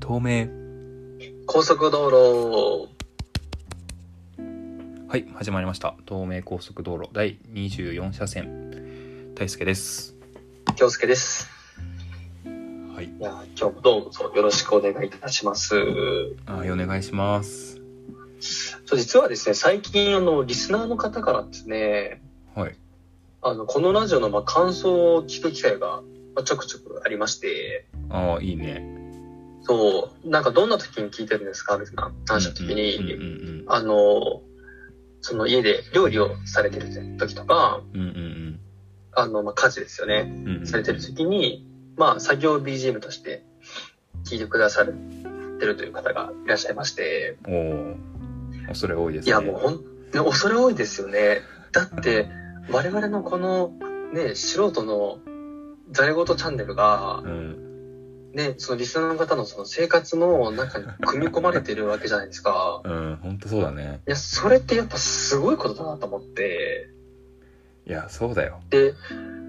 透明。高速道路。はい、始まりました。東名高速道路第24車線。大輔です。京介です。はい。いやー、今日もどうぞよろしくお願いいたします。はい、お願いします。そう実はですね、最近、あの、リスナーの方からですね、はい。あの、このラジオの、まあ、感想を聞く機会が、まあ、ちょくちょくありまして、ああ、いいね。そう、なんかどんな時に聞いてるんですかみたいな話の時に、うんうんあの、その家で料理をされてる時とか、うん。うんうんあの、まあ、家事ですよね。うん。うんうんされてる時に、まあ、作業 BGM として聞いてくださってるという方がいらっしゃいまして、おお。恐れ多いですね。いや、もうほん、ね恐れ多いですよね。だって、我々のこの、ね、素人の在ごとチャンネルが、うん。ね、そのリスナーの方のその生活の中に組み込まれているわけじゃないですか。うん、ほんとそうだね。いや、それってやっぱすごいことだなと思って、いや、そうだよ。で、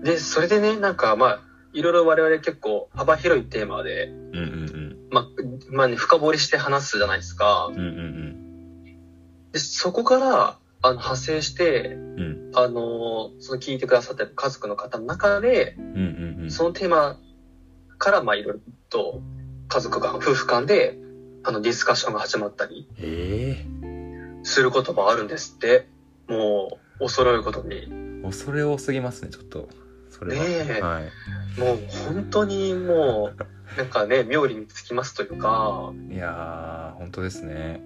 で、それでね、なんかまあ、いろいろ我々結構幅広いテーマで、うんうんまあ、まあね、深掘りして話すじゃないですかうん。。うんうんで、そこから、あの、派生して、うん。うん。あのーその聞いてくださってる家族の方の中で、うんうんうん。そのテーマから、まあ、いろいろと、家族間、夫婦間で、あの、ディスカッションが始まったりえすることもあるんですって。もう、恐ろいことに。え恐れ多すぎますね、ちょっと。それは。ねえはい。もう、本当にもう、なんかね、妙利につきますというか、いやー、本当ですね。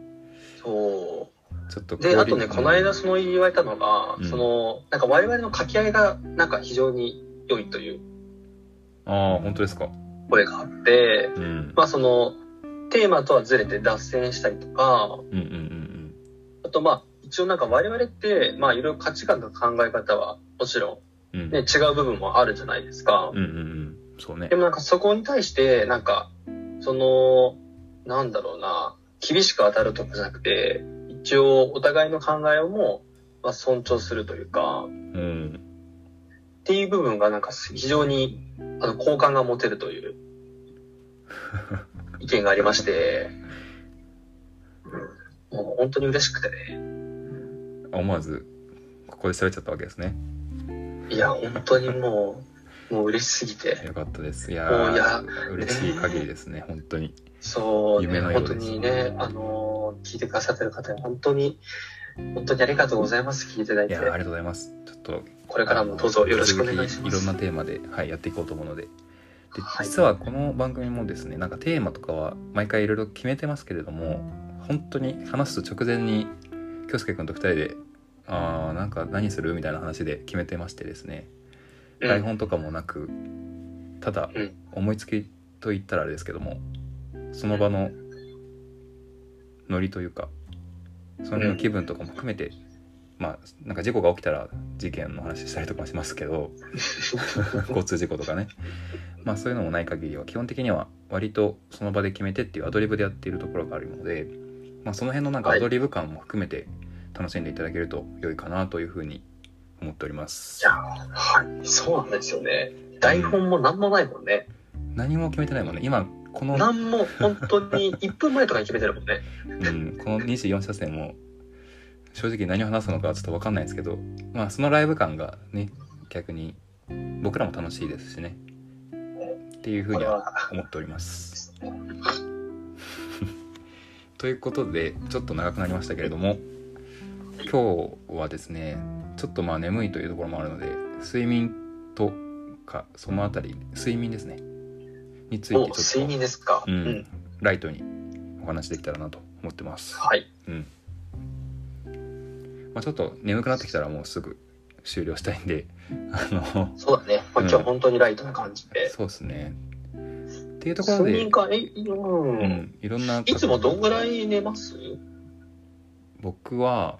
そう。ちょっとで、あとね、氷この間その言われたのが、うんその、なんか我々の掛け合いが、なんか非常に良いというああ、本当ですか。声があって、うん。まあその、テーマとはずれて脱線したりとか、うんうんうんあとまあ、一応なんか我々って、まあいろいろ価値観とか考え方は、もちろうん。うんん、ね、違う部分もあるじゃないですかう。んうんうん。そうねで。もなんかそこに対して、なんか、その、なんだろうな、厳しく当たるとかじゃなくて、一応お互いの考えをも、まあ尊重するというか、うん。っていう部分がなんか非常にあの好感が持てるという 意見がありまして、うんもう本当に嬉しくてね。思わず、ここで喋っちゃったわけですね。いや、本当にもう、もう嬉しすぎて。よかったです。いやおー、いや嬉しい限りですね、本当に。そう、ね、夢のよう本です当にね、あのー聞いてくださってる方に本当に、本当にありがとうございます。聞いていただいいてや、ーありがとうございます。ちょっと、これからもどうぞよろしくお願いし引き続まきいす。ろんなテーマで、はい、やっていこうと思うので。ではい実はこの番組もですねなんかテーマとかは毎回いろいろ決めてますけれども本当に話す直前に京介君と2人で「あーなんか何する?」みたいな話で決めてましてですねうん台本とかもなくただうん思いつきと言ったらあれですけどもその場のノリというかその日の気分とかも含めてまあなんか事故が起きたら事件の話したりとかもしますけ ど交通事故とかねまあそういうのもない限りは基本的には割とその場で決めてっていうアドリブでやっているところがあるので、まあ、その辺のなんかはアいドリブ感も含めて楽しんでいただけると良いかなというふうに思っております。いやーはい、そうなんですよね。台本も何もないもんね。何も決めてないもんね今この、何も本当に1分前とかに決めてるもんね。うん、この24車線も正直何を話すのかはちょっと分かんないですけど、まあ、そのライブ感がね逆に僕らも楽しいですしねって いうふうこにれはは。思っております。 ということでちょっと長くなりましたけれども今日はですねちょっとまあ眠いというところもあるので睡眠とかそのあたり睡眠ですねについてちょおっと睡眠ですか、うんライトにお話できたらなと思ってます。はいうんまあ、ちょっと眠くなってきたらもうすぐ終了したいんで あのそうだね、まあ、うん今日本当にライトな感じで、そうですね。っていうところ睡で眠、かえうん、うん、いろんないつもどんぐらい寝ます僕は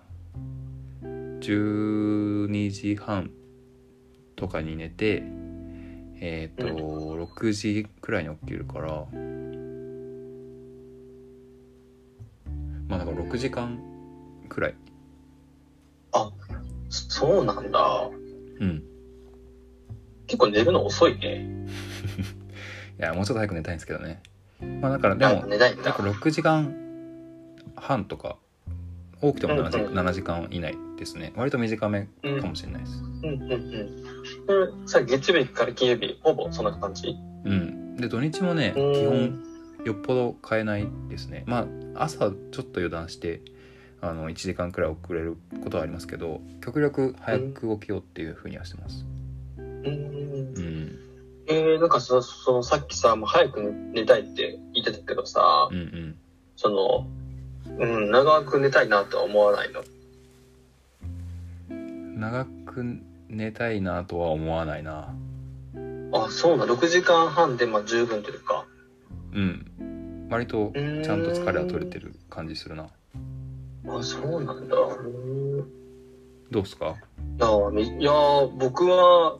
12時半とかに寝てえっ、と、6時くらいに起きるからまあなんか6時間くらいそうなんだうん結構寝るの遅いねいやもうちょっと早く寝たいんですけどねまあだからであも寝ないんだ約6時間半とか多くても 7, 時うんうん7時間以内ですね割と短めうんかもしれないですうんうんうんこれさ月曜日から金曜日ほぼそんな感じうんで土日もね基本よっぽど変えないですねまあ朝ちょっと油断してあの1時間くらい遅れることはありますけど極力早く動きようっていうふうにはしてますうんうんうんえー、なんかそそのさっきさもう早く寝たいって言ってたけどさうんうんそのうん長く寝たいなとは思わないの長く寝たいなとは思わないなあそうな6時間半でまあ十分というかうん割とうーんちゃんと疲れは取れてる感じするなあそうなんだうんどうっすかいやーみいやー僕は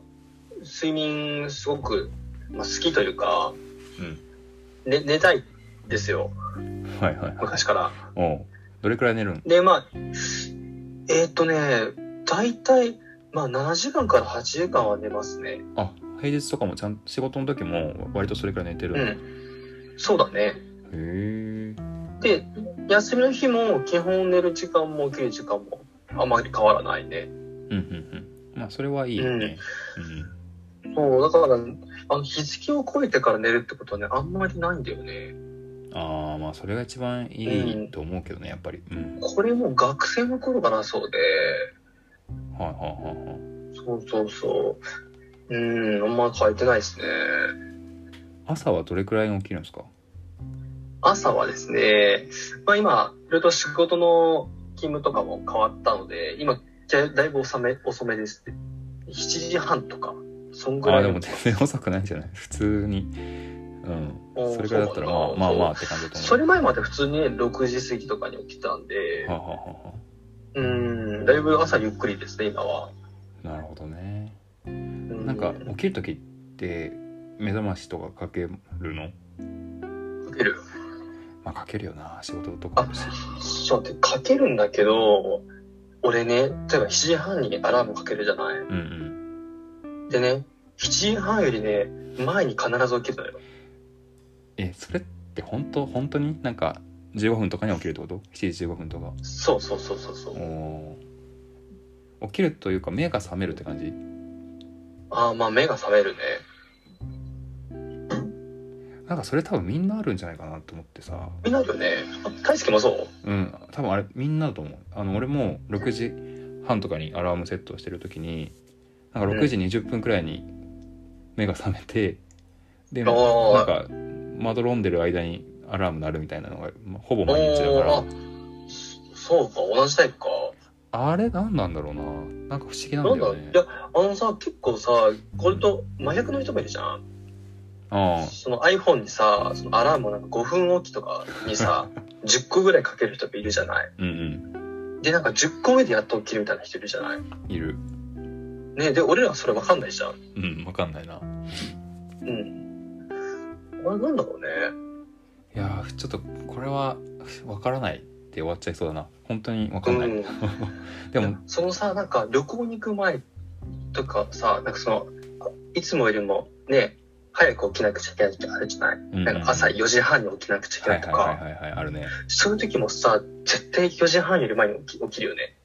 睡眠すごく、まあ、好きというか、うんね、寝たいですよはいはいはい昔からおうどれくらい寝るんでまあえーっとね大体まあ7時間から8時間は寝ますねあ平日とかもちゃん仕事の時も割とそれくらい寝てるうんだ、んそうだねへえで休みの日も基本寝る時間も起きる時間もあまり変わらないねうんうんうんまあそれはいいよねうんそうだからあの日付を超えてから寝るってことはねあんまりないんだよねああまあそれが一番いいと思うけどねやっぱりうんこれも学生の頃からそうではいはいはいはいそうそうそううんあんま変えてないですね朝はどれくらいに起きるんですか朝はですね、まあ、今いろいろと仕事の勤務とかも変わったので今じゃだいぶ遅め遅めです7時半とかそんぐあらあいでも全然遅くないんじゃない普通にうんおーそれくらいだったらまそあうまあなんだまあって感じだと思うそれ前まで普通にね6時過ぎとかに起きてたんで、はあはあはあはうん、だいぶ朝ゆっくりですね、今は。あなるほどねななんか起きる時って目覚ましとかかけるのかける。まあかけるよな仕事とかもしちょっと待って、かけるんだけど、俺ね、例えば7時半にアラームかけるじゃなうんうんい。でね、7時半よりね、前に必ず起きるのよ。えそれって本当本当になんか15分とかに起きるってこと ?7 時15分とかそうそうそうそうそおう。ー起きるというか目が覚めるって感じああ、まあ目が覚めるね。なんかそれ多分みんなあるんじゃないかなと思ってさみんなあるよね。あ大輔もそううん多分あれみんなだと思うあの俺も6時半とかにアラームセットしてる時になんか6時20分くらいに目が覚めてであなんーかまどろんでる間にアラーム鳴るみたいなのがまあほぼお毎日だーかあ、そそうか、同じタイプか。らあれ何なんだろうななんか不思議なんなだんだ、よいねや、あのさ、結構さ、これと真逆の人もいるじゃん。あその iPhone にさ、そのアラームをなんか5分おきとか にさ、10個ぐらいかける人もいるじゃない。あうんで、なんか10個目でやっと起きるみたいな人いるじゃない。うんいるね、で、俺らはそれわかんないじゃん。うんわかんないなうん。あれなんだろうね。いやーちょっとこれはわからないって終わっちゃいそうだな本当にわかんない、うん。でもそのさ、なんか旅行に行く前とかさ、なんかその、いつもよりもね、早く起きなくちゃいけない時あるじゃない。うんなんか朝4時半に起きなくちゃいけはないいとはいはいか、はいはいあるねそういう時もさ、絶対4時半より前に起き起きるよね。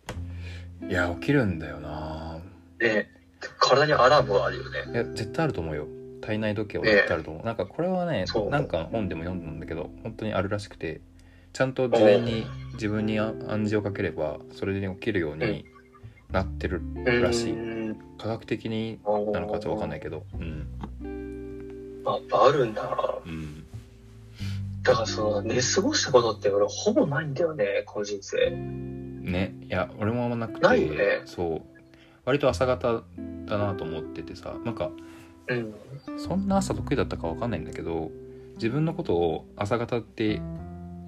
いや起きるんだよなね、体にアラームがあるよね。いや絶対あると思うよ体内時計は絶対あると思う、なんかこれはねそうなんかの本でも読んだんだけど本当にあるらしくてちゃんと事前に自分にあ暗示をかければそれで起きるようになってるらしい科学的になな。のかちょっとわかんないいけどうんあ、やっぱあるんだ。うんだからその寝過ごしたことって俺ほぼないんだよね、この人生。ねいや俺もあんまなくてないよねそう割と朝方だなと思っててさなんかうん。そんな朝得意だったかわかんないんだけど自分のことを朝方って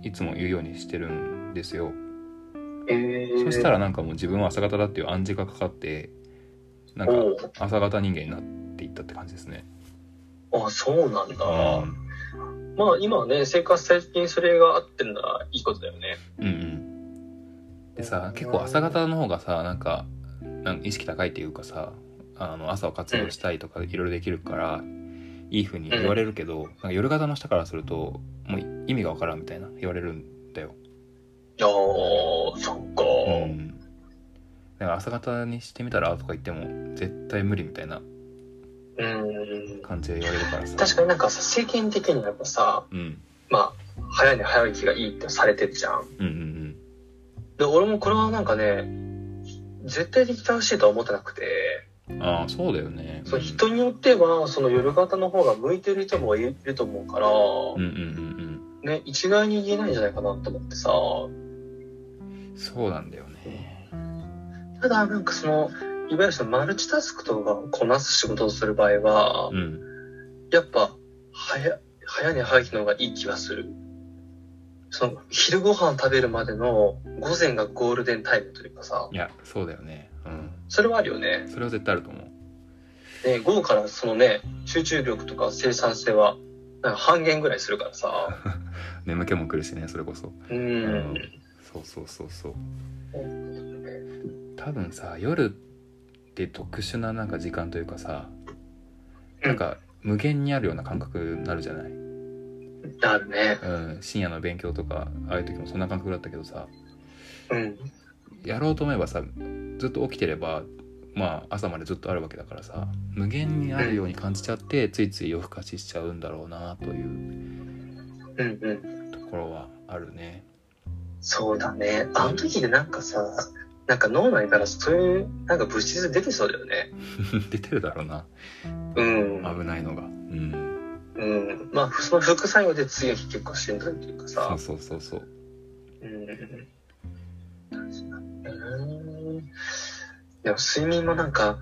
いつも言うようにしてるんですよえー、そしたら、らなんかもう自分は朝方だっていう暗示がかかってなんかお朝方人間になっていったって感じですね。うあ、そうなんだ。うんまあ今はね、生活最近それが合ってるならいいことだよね。うんうん、でさ結構朝方の方がさなんかなんか意識高いっていうかさあの朝を活用したいとかいろいろできるからいい風に言われるけど、なんか夜型の人からするともう意味がわからんみたいな言われるんだよ、ああ、そっか。うん、だから朝方にしてみたらとか言っても絶対無理みたいなうん。感じで言われるからさ確かになんかさ、世間的にやっぱさ、うんまあ、早寝早起きがいいってされてるじゃん。うんうんで、俺もこれはなんかね、絶対的正しいとは思ってなくて、うんああそうだよねその人によっては、その夜型の方が向いてる人もいると思うから、うんうんうんね、一概に言えないんじゃないかなと思ってさ、うんそうなんだよねただなんかその、いわゆるそのマルチタスクとかをこなす仕事をする場合は、うんやっぱ、早、早寝早起きの方がいい気がする。その、昼ご飯食べるまでの午前がゴールデンタイムというかさ、いやそうだよねうんそれはあるよね。それは絶対あると思うね、午後からそのね、集中力とか生産性は、なんか半減ぐらいするからさ、。眠気も来るしねそれこそううんそうそうそうそう多分さ夜って特殊ななんか時間というかさなんか無限にあるような感覚になるじゃない、うなるね。ん、深夜の勉強とかああいう時もそんな感覚だったけどさうん。やろうと思えばさずっと起きてればまあ朝までずっとあるわけだからさ無限にあるように感じちゃってついつい夜更かししちゃうんだろうなといううんうん。ところはあるね そうだね。あの時でなんかさ、なんか脳内からそういう、なんか物質出てそうだよね。出てるだろうなうん。危ないのがうんうん。まあ、その副作用で次の日結構しんどいというかさ。そうそうそうそううんでも睡眠もなんか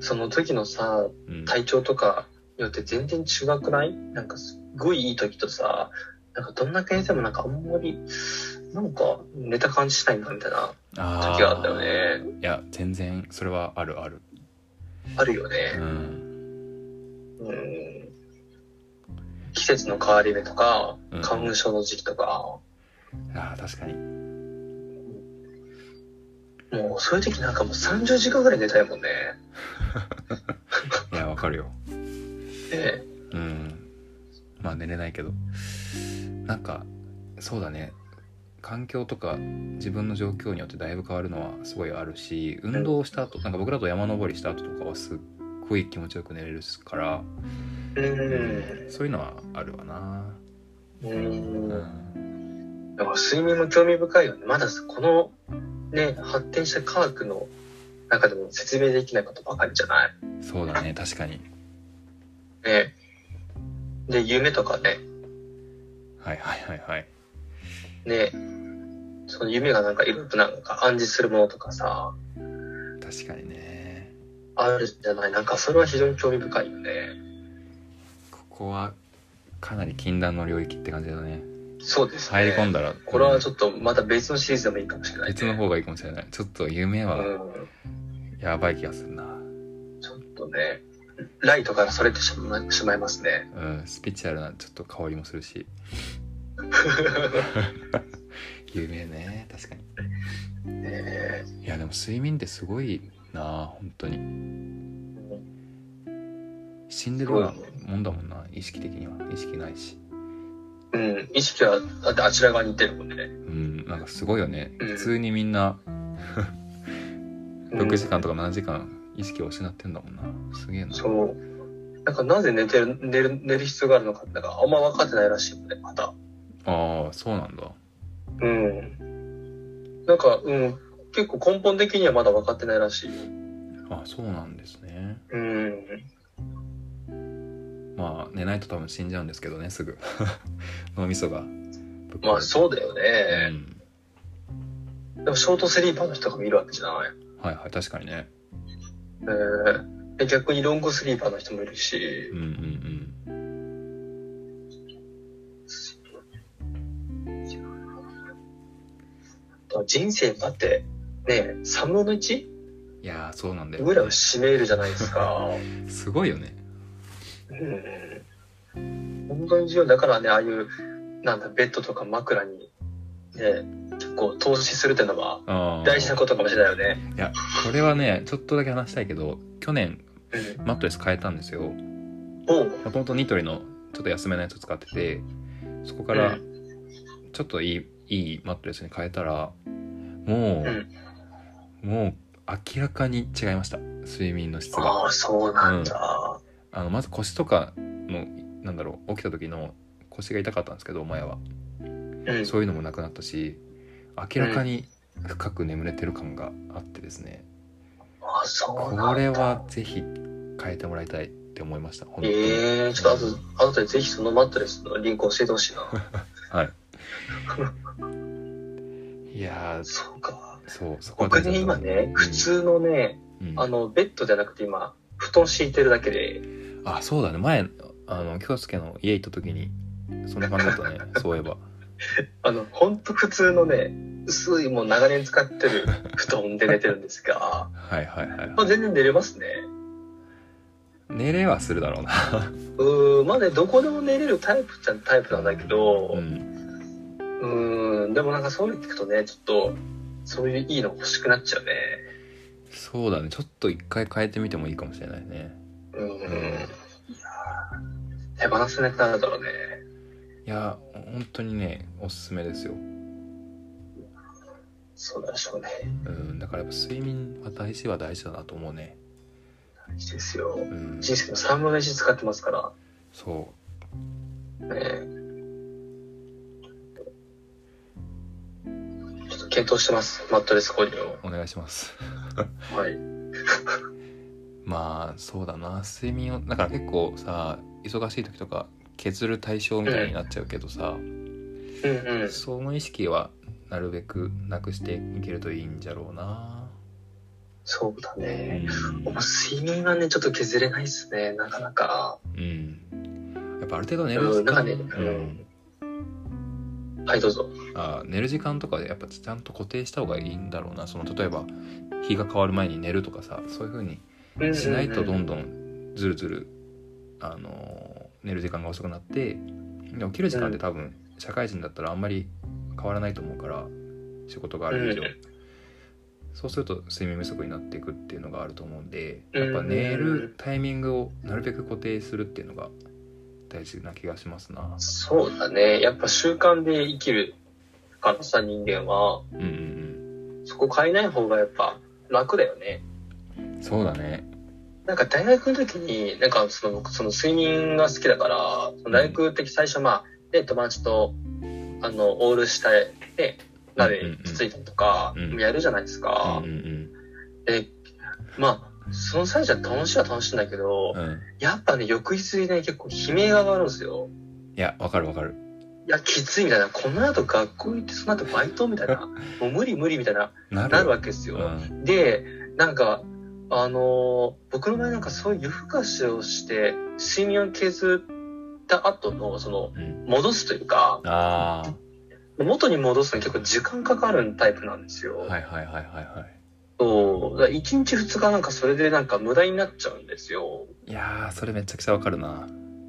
その時のさうん体調とかによって全然違くないなんかすっごいいい時とさなんかどんだけ寝てもなんかあんまりなんか寝た感じしないんだみたいなあ時があったよねいや全然それはあるあるあるようね、んうん、季節の変わり目とかうん花粉症の時期とか、あー確かにもうそういう時なんかもう30時間ぐらい寝たいもんねいやわかるよねうんまあ寝れないけどなんかそうだね環境とか自分の状況によってだいぶ変わるのはすごいあるし運動した後なんか僕らと山登りした後とかはすっごい気持ちよく寝れるから、うんそういうのはあるわなうんうんだから睡眠も興味深いよね。まだこのね、発展した科学の中でも説明できないことばかりじゃない。そうだね確かにね。で、夢とかね、はいはいはいはいね、その夢がなんかいろいろなんか暗示するものとかさ、確かにねあるじゃない。なんかそれは非常に興味深いよね。ここはかなり禁断の領域って感じだねそうですね。入り込んだらこれはちょっとまた別のシリーズでもいいかもしれない、ね。別の方がいいかもしれないちょっと夢はうん。やばい気がするなちょっとね、ライトからそれてしましまいますね。うんスピリチュアルなちょっと香りもする し夢ね確かねにいやでも睡眠ってすごいな本当に死んでるようなもんだもんな意識的には意識ないしうん。意識は、だってあちら側に行ってるもんね。うんなんかすごいよねうん普通にみんなうん6時間とか7時間意識を失ってんだもんなすげえなそう。なんかなぜ寝てる、寝る、寝る必要があるのかって、なんかあんま分かってないらしいので、まだ。ああそうなんだうん。なんか、うん。結構根本的にはまだ分かってないらしいよ。あそうなんですねうん。まあ寝ないと多分死んじゃうんですけどねすぐ 脳みそがまあそうだようね。んでもショートスリーパーの人が見るわけじゃない。はいはい確かにねえーで逆にロングスリーパーの人もいるしうん、うんうんあとは人生だって、ね、3分の 1? いやーそうなんだよ、ぐらいを占めるじゃないですか。すごいよねうん本当に重要だからねああいうなんだベッドとか枕に、ね、結構投資するってのはあー大事なことかもしれないよね。いやこれはねちょっとだけ話したいけど去年マットレス変えたんですようん、おうもともとニトリのちょっと安めのやつ使っててそこからうちょっといい,、いいマットレスに変えたらもう、もう明らかに違いました睡眠の質がああ、そうなんだ。あのまず腰とかのなんだろう起きた時の腰が痛かったんですけど前はうん。そういうのもなくなったし明らかに深く眠れてる感があってですねああ、そうなんだ。これはぜひ変えてもらいたいって思いました本当に、ええちょっとあと、あとでぜひそのマットレスのリンク教えてほしいな。いやーそうか。そうそこは僕ね、今ね、普通のね、うんあの、ベッドじゃなくて今、布団敷いてるだけで、あそうだね前あの京介の家行った時にそんな感じだったね そういえばあの、ほんと普通のね、薄いもう長年使ってる布団で寝てるんですが、 はいはいはい、まはあ全然寝れますね。い、寝れはするだろうな、うーん、まあね、どこでも寝れるタイプじゃタイプなんだけどう、ん、うーん、でもなんかそういうの聞くとね、ちょっと、そういういいの欲しくなっちゃうね。そうだねちょっと一回変えてみてもいいかもしれないねうーん。いやー手放せなくなるだろうね。いや本当にねおすすめですよ、そうなんでしょうね。うん、だからやっぱ睡眠は大事は大事だなと思うね大事ですよ。うん人生の3分の1使ってますかそら。ねえちょっと検討してます。マットレス購入うお願いします を。はい。まあそうだな睡眠をだから結構さ忙しい時とか削る対象みたいになっちゃうけどさ、うんうん。その意識はなるべくなくしていけるといいんじゃろうな。そうだう、ね。もうん睡眠はね、ちょっと削れないですね。なかなか。やっぱある程度寝るう時ん、なんか間、ね、うん。はい、どうぞ。あ寝る時間とかでやっぱちゃんと固定した方がいいんだろうな。その例えば日が変わる前に寝るとかさ、そういう風にしないとどんどんん。ずるずるあのー寝る時間が遅くなって、で起きる時間って多分社会人だったらあんまり変わらないと思うから仕事がある以上。うんそうすると睡眠不足になっていくっていうのがあると思うんでうんやっぱ寝るタイミングをなるべく固定するっていうのが大事な気がしますな。そうだね。やっぱ習慣で生きるからさ、人間は。うんうんそこ変えない方がやっぱ楽だよね。うん、そうだね。なんか大学の時に、なんかその僕、その睡眠が好きだから、その大学的最初、まあ、ね、友達と、あの、オールしたい、ね、鍋つついたりとかうんうん、やるじゃないですかうん。うんで、まあ、その際じゃ楽しいは楽しいんだけどう、ん。うんやっぱね、翌日にね、結構悲鳴が上がるんですよ。いやわかるわかる。いや、きついみたいな。この後学校行って、その後バイトみたいな。もう無理無理みたいな、なるなるわけですうよ。んでなんかあのー僕の場合なんかそういう夜更かしをして睡眠を削った後のそのうん、戻すというかあ元に戻すのに結構時間かかるタイプなんですよ。あはいはいはいはいはそうだから1日2日なんかそれでなんか無駄になっちゃうんですよ。い。いやーそれめちゃくちゃわかるな。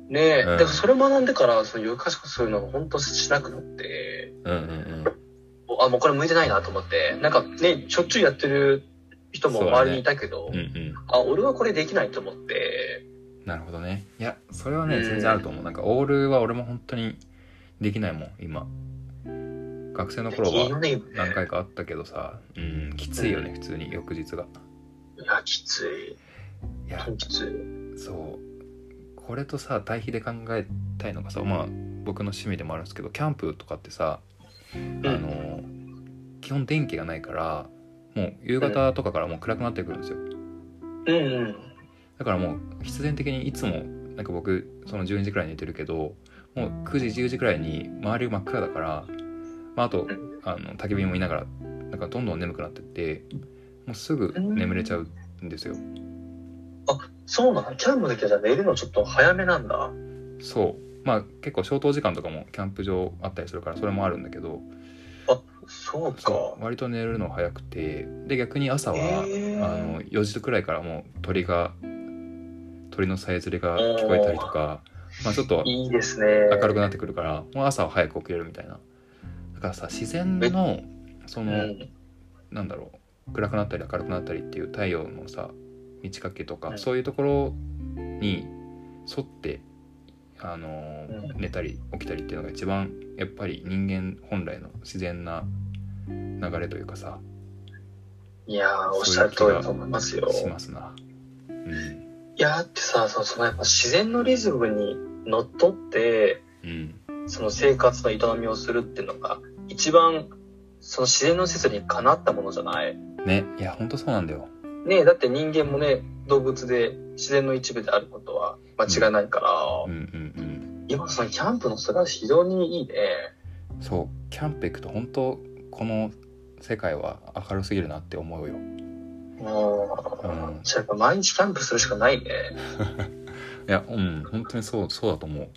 ねえ、うんでそれ学んでからその夜更かしをするのを本当しなくなってうんうんあもうこれ向いてないなと思ってなんかねしょっちゅうやってる人も周りにいたけど、うんうんうん。あ俺はこれできないと思って。なるほどね。いやそれはねうん全然あると思う。なんかオールは俺も本当にできないもん今。学生の頃は。いいね何回かあったけどさうんきついよね普通に翌日がいや、きつい。いやきつい。そうこれとさ対比で考えたいのがさまあ僕の趣味でもあるんですけどキャンプとかってさあの基本電気がないからもう夕方とかからもう暗くなってくるんですようんうん。だからもう必然的にいつもなんか僕その12時くらいに寝てるけどもう9時10時くらいに周り真っ暗だから、まあ、あとあの焚き火もいながらなんかどんどん眠くなってってもうすぐ眠れちゃうんですよそうなんだ。キャンプの時はじゃあ寝るのちょっと早めなんだ。そうまあ結構消灯時間とかもキャンプ場あったりするからそれもあるんだけどそうか。そう割と寝るの早くてで逆に朝は、えーあの4時くらいからもう鳥が鳥のさえずりが聞こえたりとか、まあ、ちょっといいですね。明るくなってくるからもう朝は早く起きれるみたいなだからさ自然のその、うんなんだろう暗くなったり明るくなったりっていう太陽のさ満ち欠けとか、うんそういうところに沿って、あのーう寝たり起きたりっていうのが一番やっぱり人間本来の自然な流れというかさいやー、おっしゃる通りだと思いますよ。しますな。うんいやーってさ、そのそのやっぱ自然のリズムにのっとって、うんその生活の営みをするっていうのが、一番、その自然の説にかなったものじゃない。ねいやほんとそうなんだよ。ねえ、だって人間もね、動物で自然の一部であることは間違いないから、うんうん今そのキャンプのそれは非常にいいね。うん、そうキャンプ行くと本当この世界は明るすぎるなって思うよ。もう、うんじゃあやっぱ毎日キャンプするしかないね。いやうん本当にそうそうだと思う。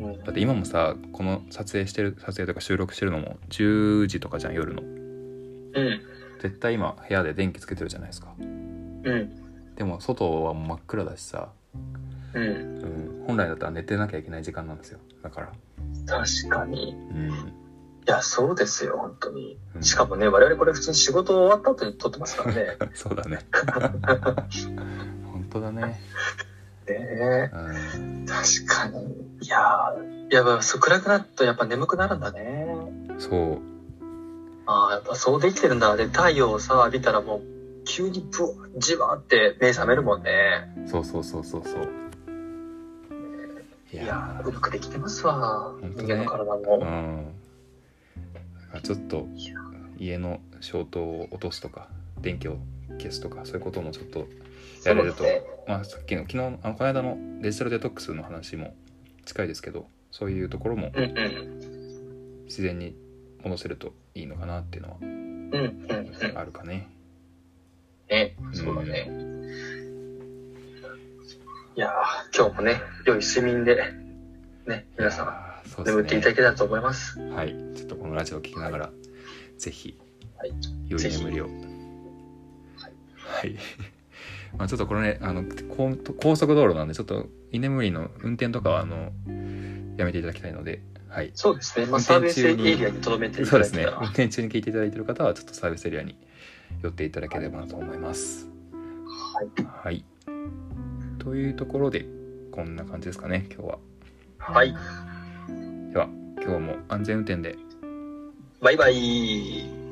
うんだって今もさこの撮影してる撮影とか収録してるのも10時とかじゃん夜のうん。絶対今部屋で電気つけてるじゃないですかうん。でも外は真っ暗だしさ、う、うん本来だったら寝てなきゃいけない時間なんですよだからん。確かに。いうん、や、そうですよ、本当に。うん、しかもね、我々これ普通に仕事終わった後に撮ってますからね。 そうだね本当だねねうんえ確かに。いやー、やっぱそう暗くなるとやっぱ眠くなるんだね。そうああ、やっぱそうできてるんだ。で、太陽をさ、浴びたらもう、急にブワーじわーって目覚めるもんね。そうそうそうそうそういいややー、うまくできてますわ。本当人ね間の体ーうも。んだからちょっといや家の消灯を落とすとか電気を消すとかそういうこともちょっとやれるとそうですねまあ、さっきの昨日のあのこの間のデジタルデトックスの話も近いですけどそういうところもうんうん。自然に戻せるといいのかなっていうのうんうんうん。はあるかね。ね、そうだね。いやー、今日もね、良い睡眠で、ね、皆さんん、そう眠っでてすいただね。けたらと思います。はい、ちょっとこのラジオを聞きながらぜひはい良いぜひ眠りを。はい。 まあちょっとこれねあの高高速道路なんでちょっと居眠りの運転とかはあのやめていただきたいので、はい。そうですね。まあ、運サー転ビス中エにリアに留めていそたうでだすけね。た運ら。転中に聞いていただいている方は、ちょっとサービスエリアに寄っていただければなと思います。はい。はい。というところで、こんな感じですかね、今日は。はい。では、今日も安全運転で。バイバイ。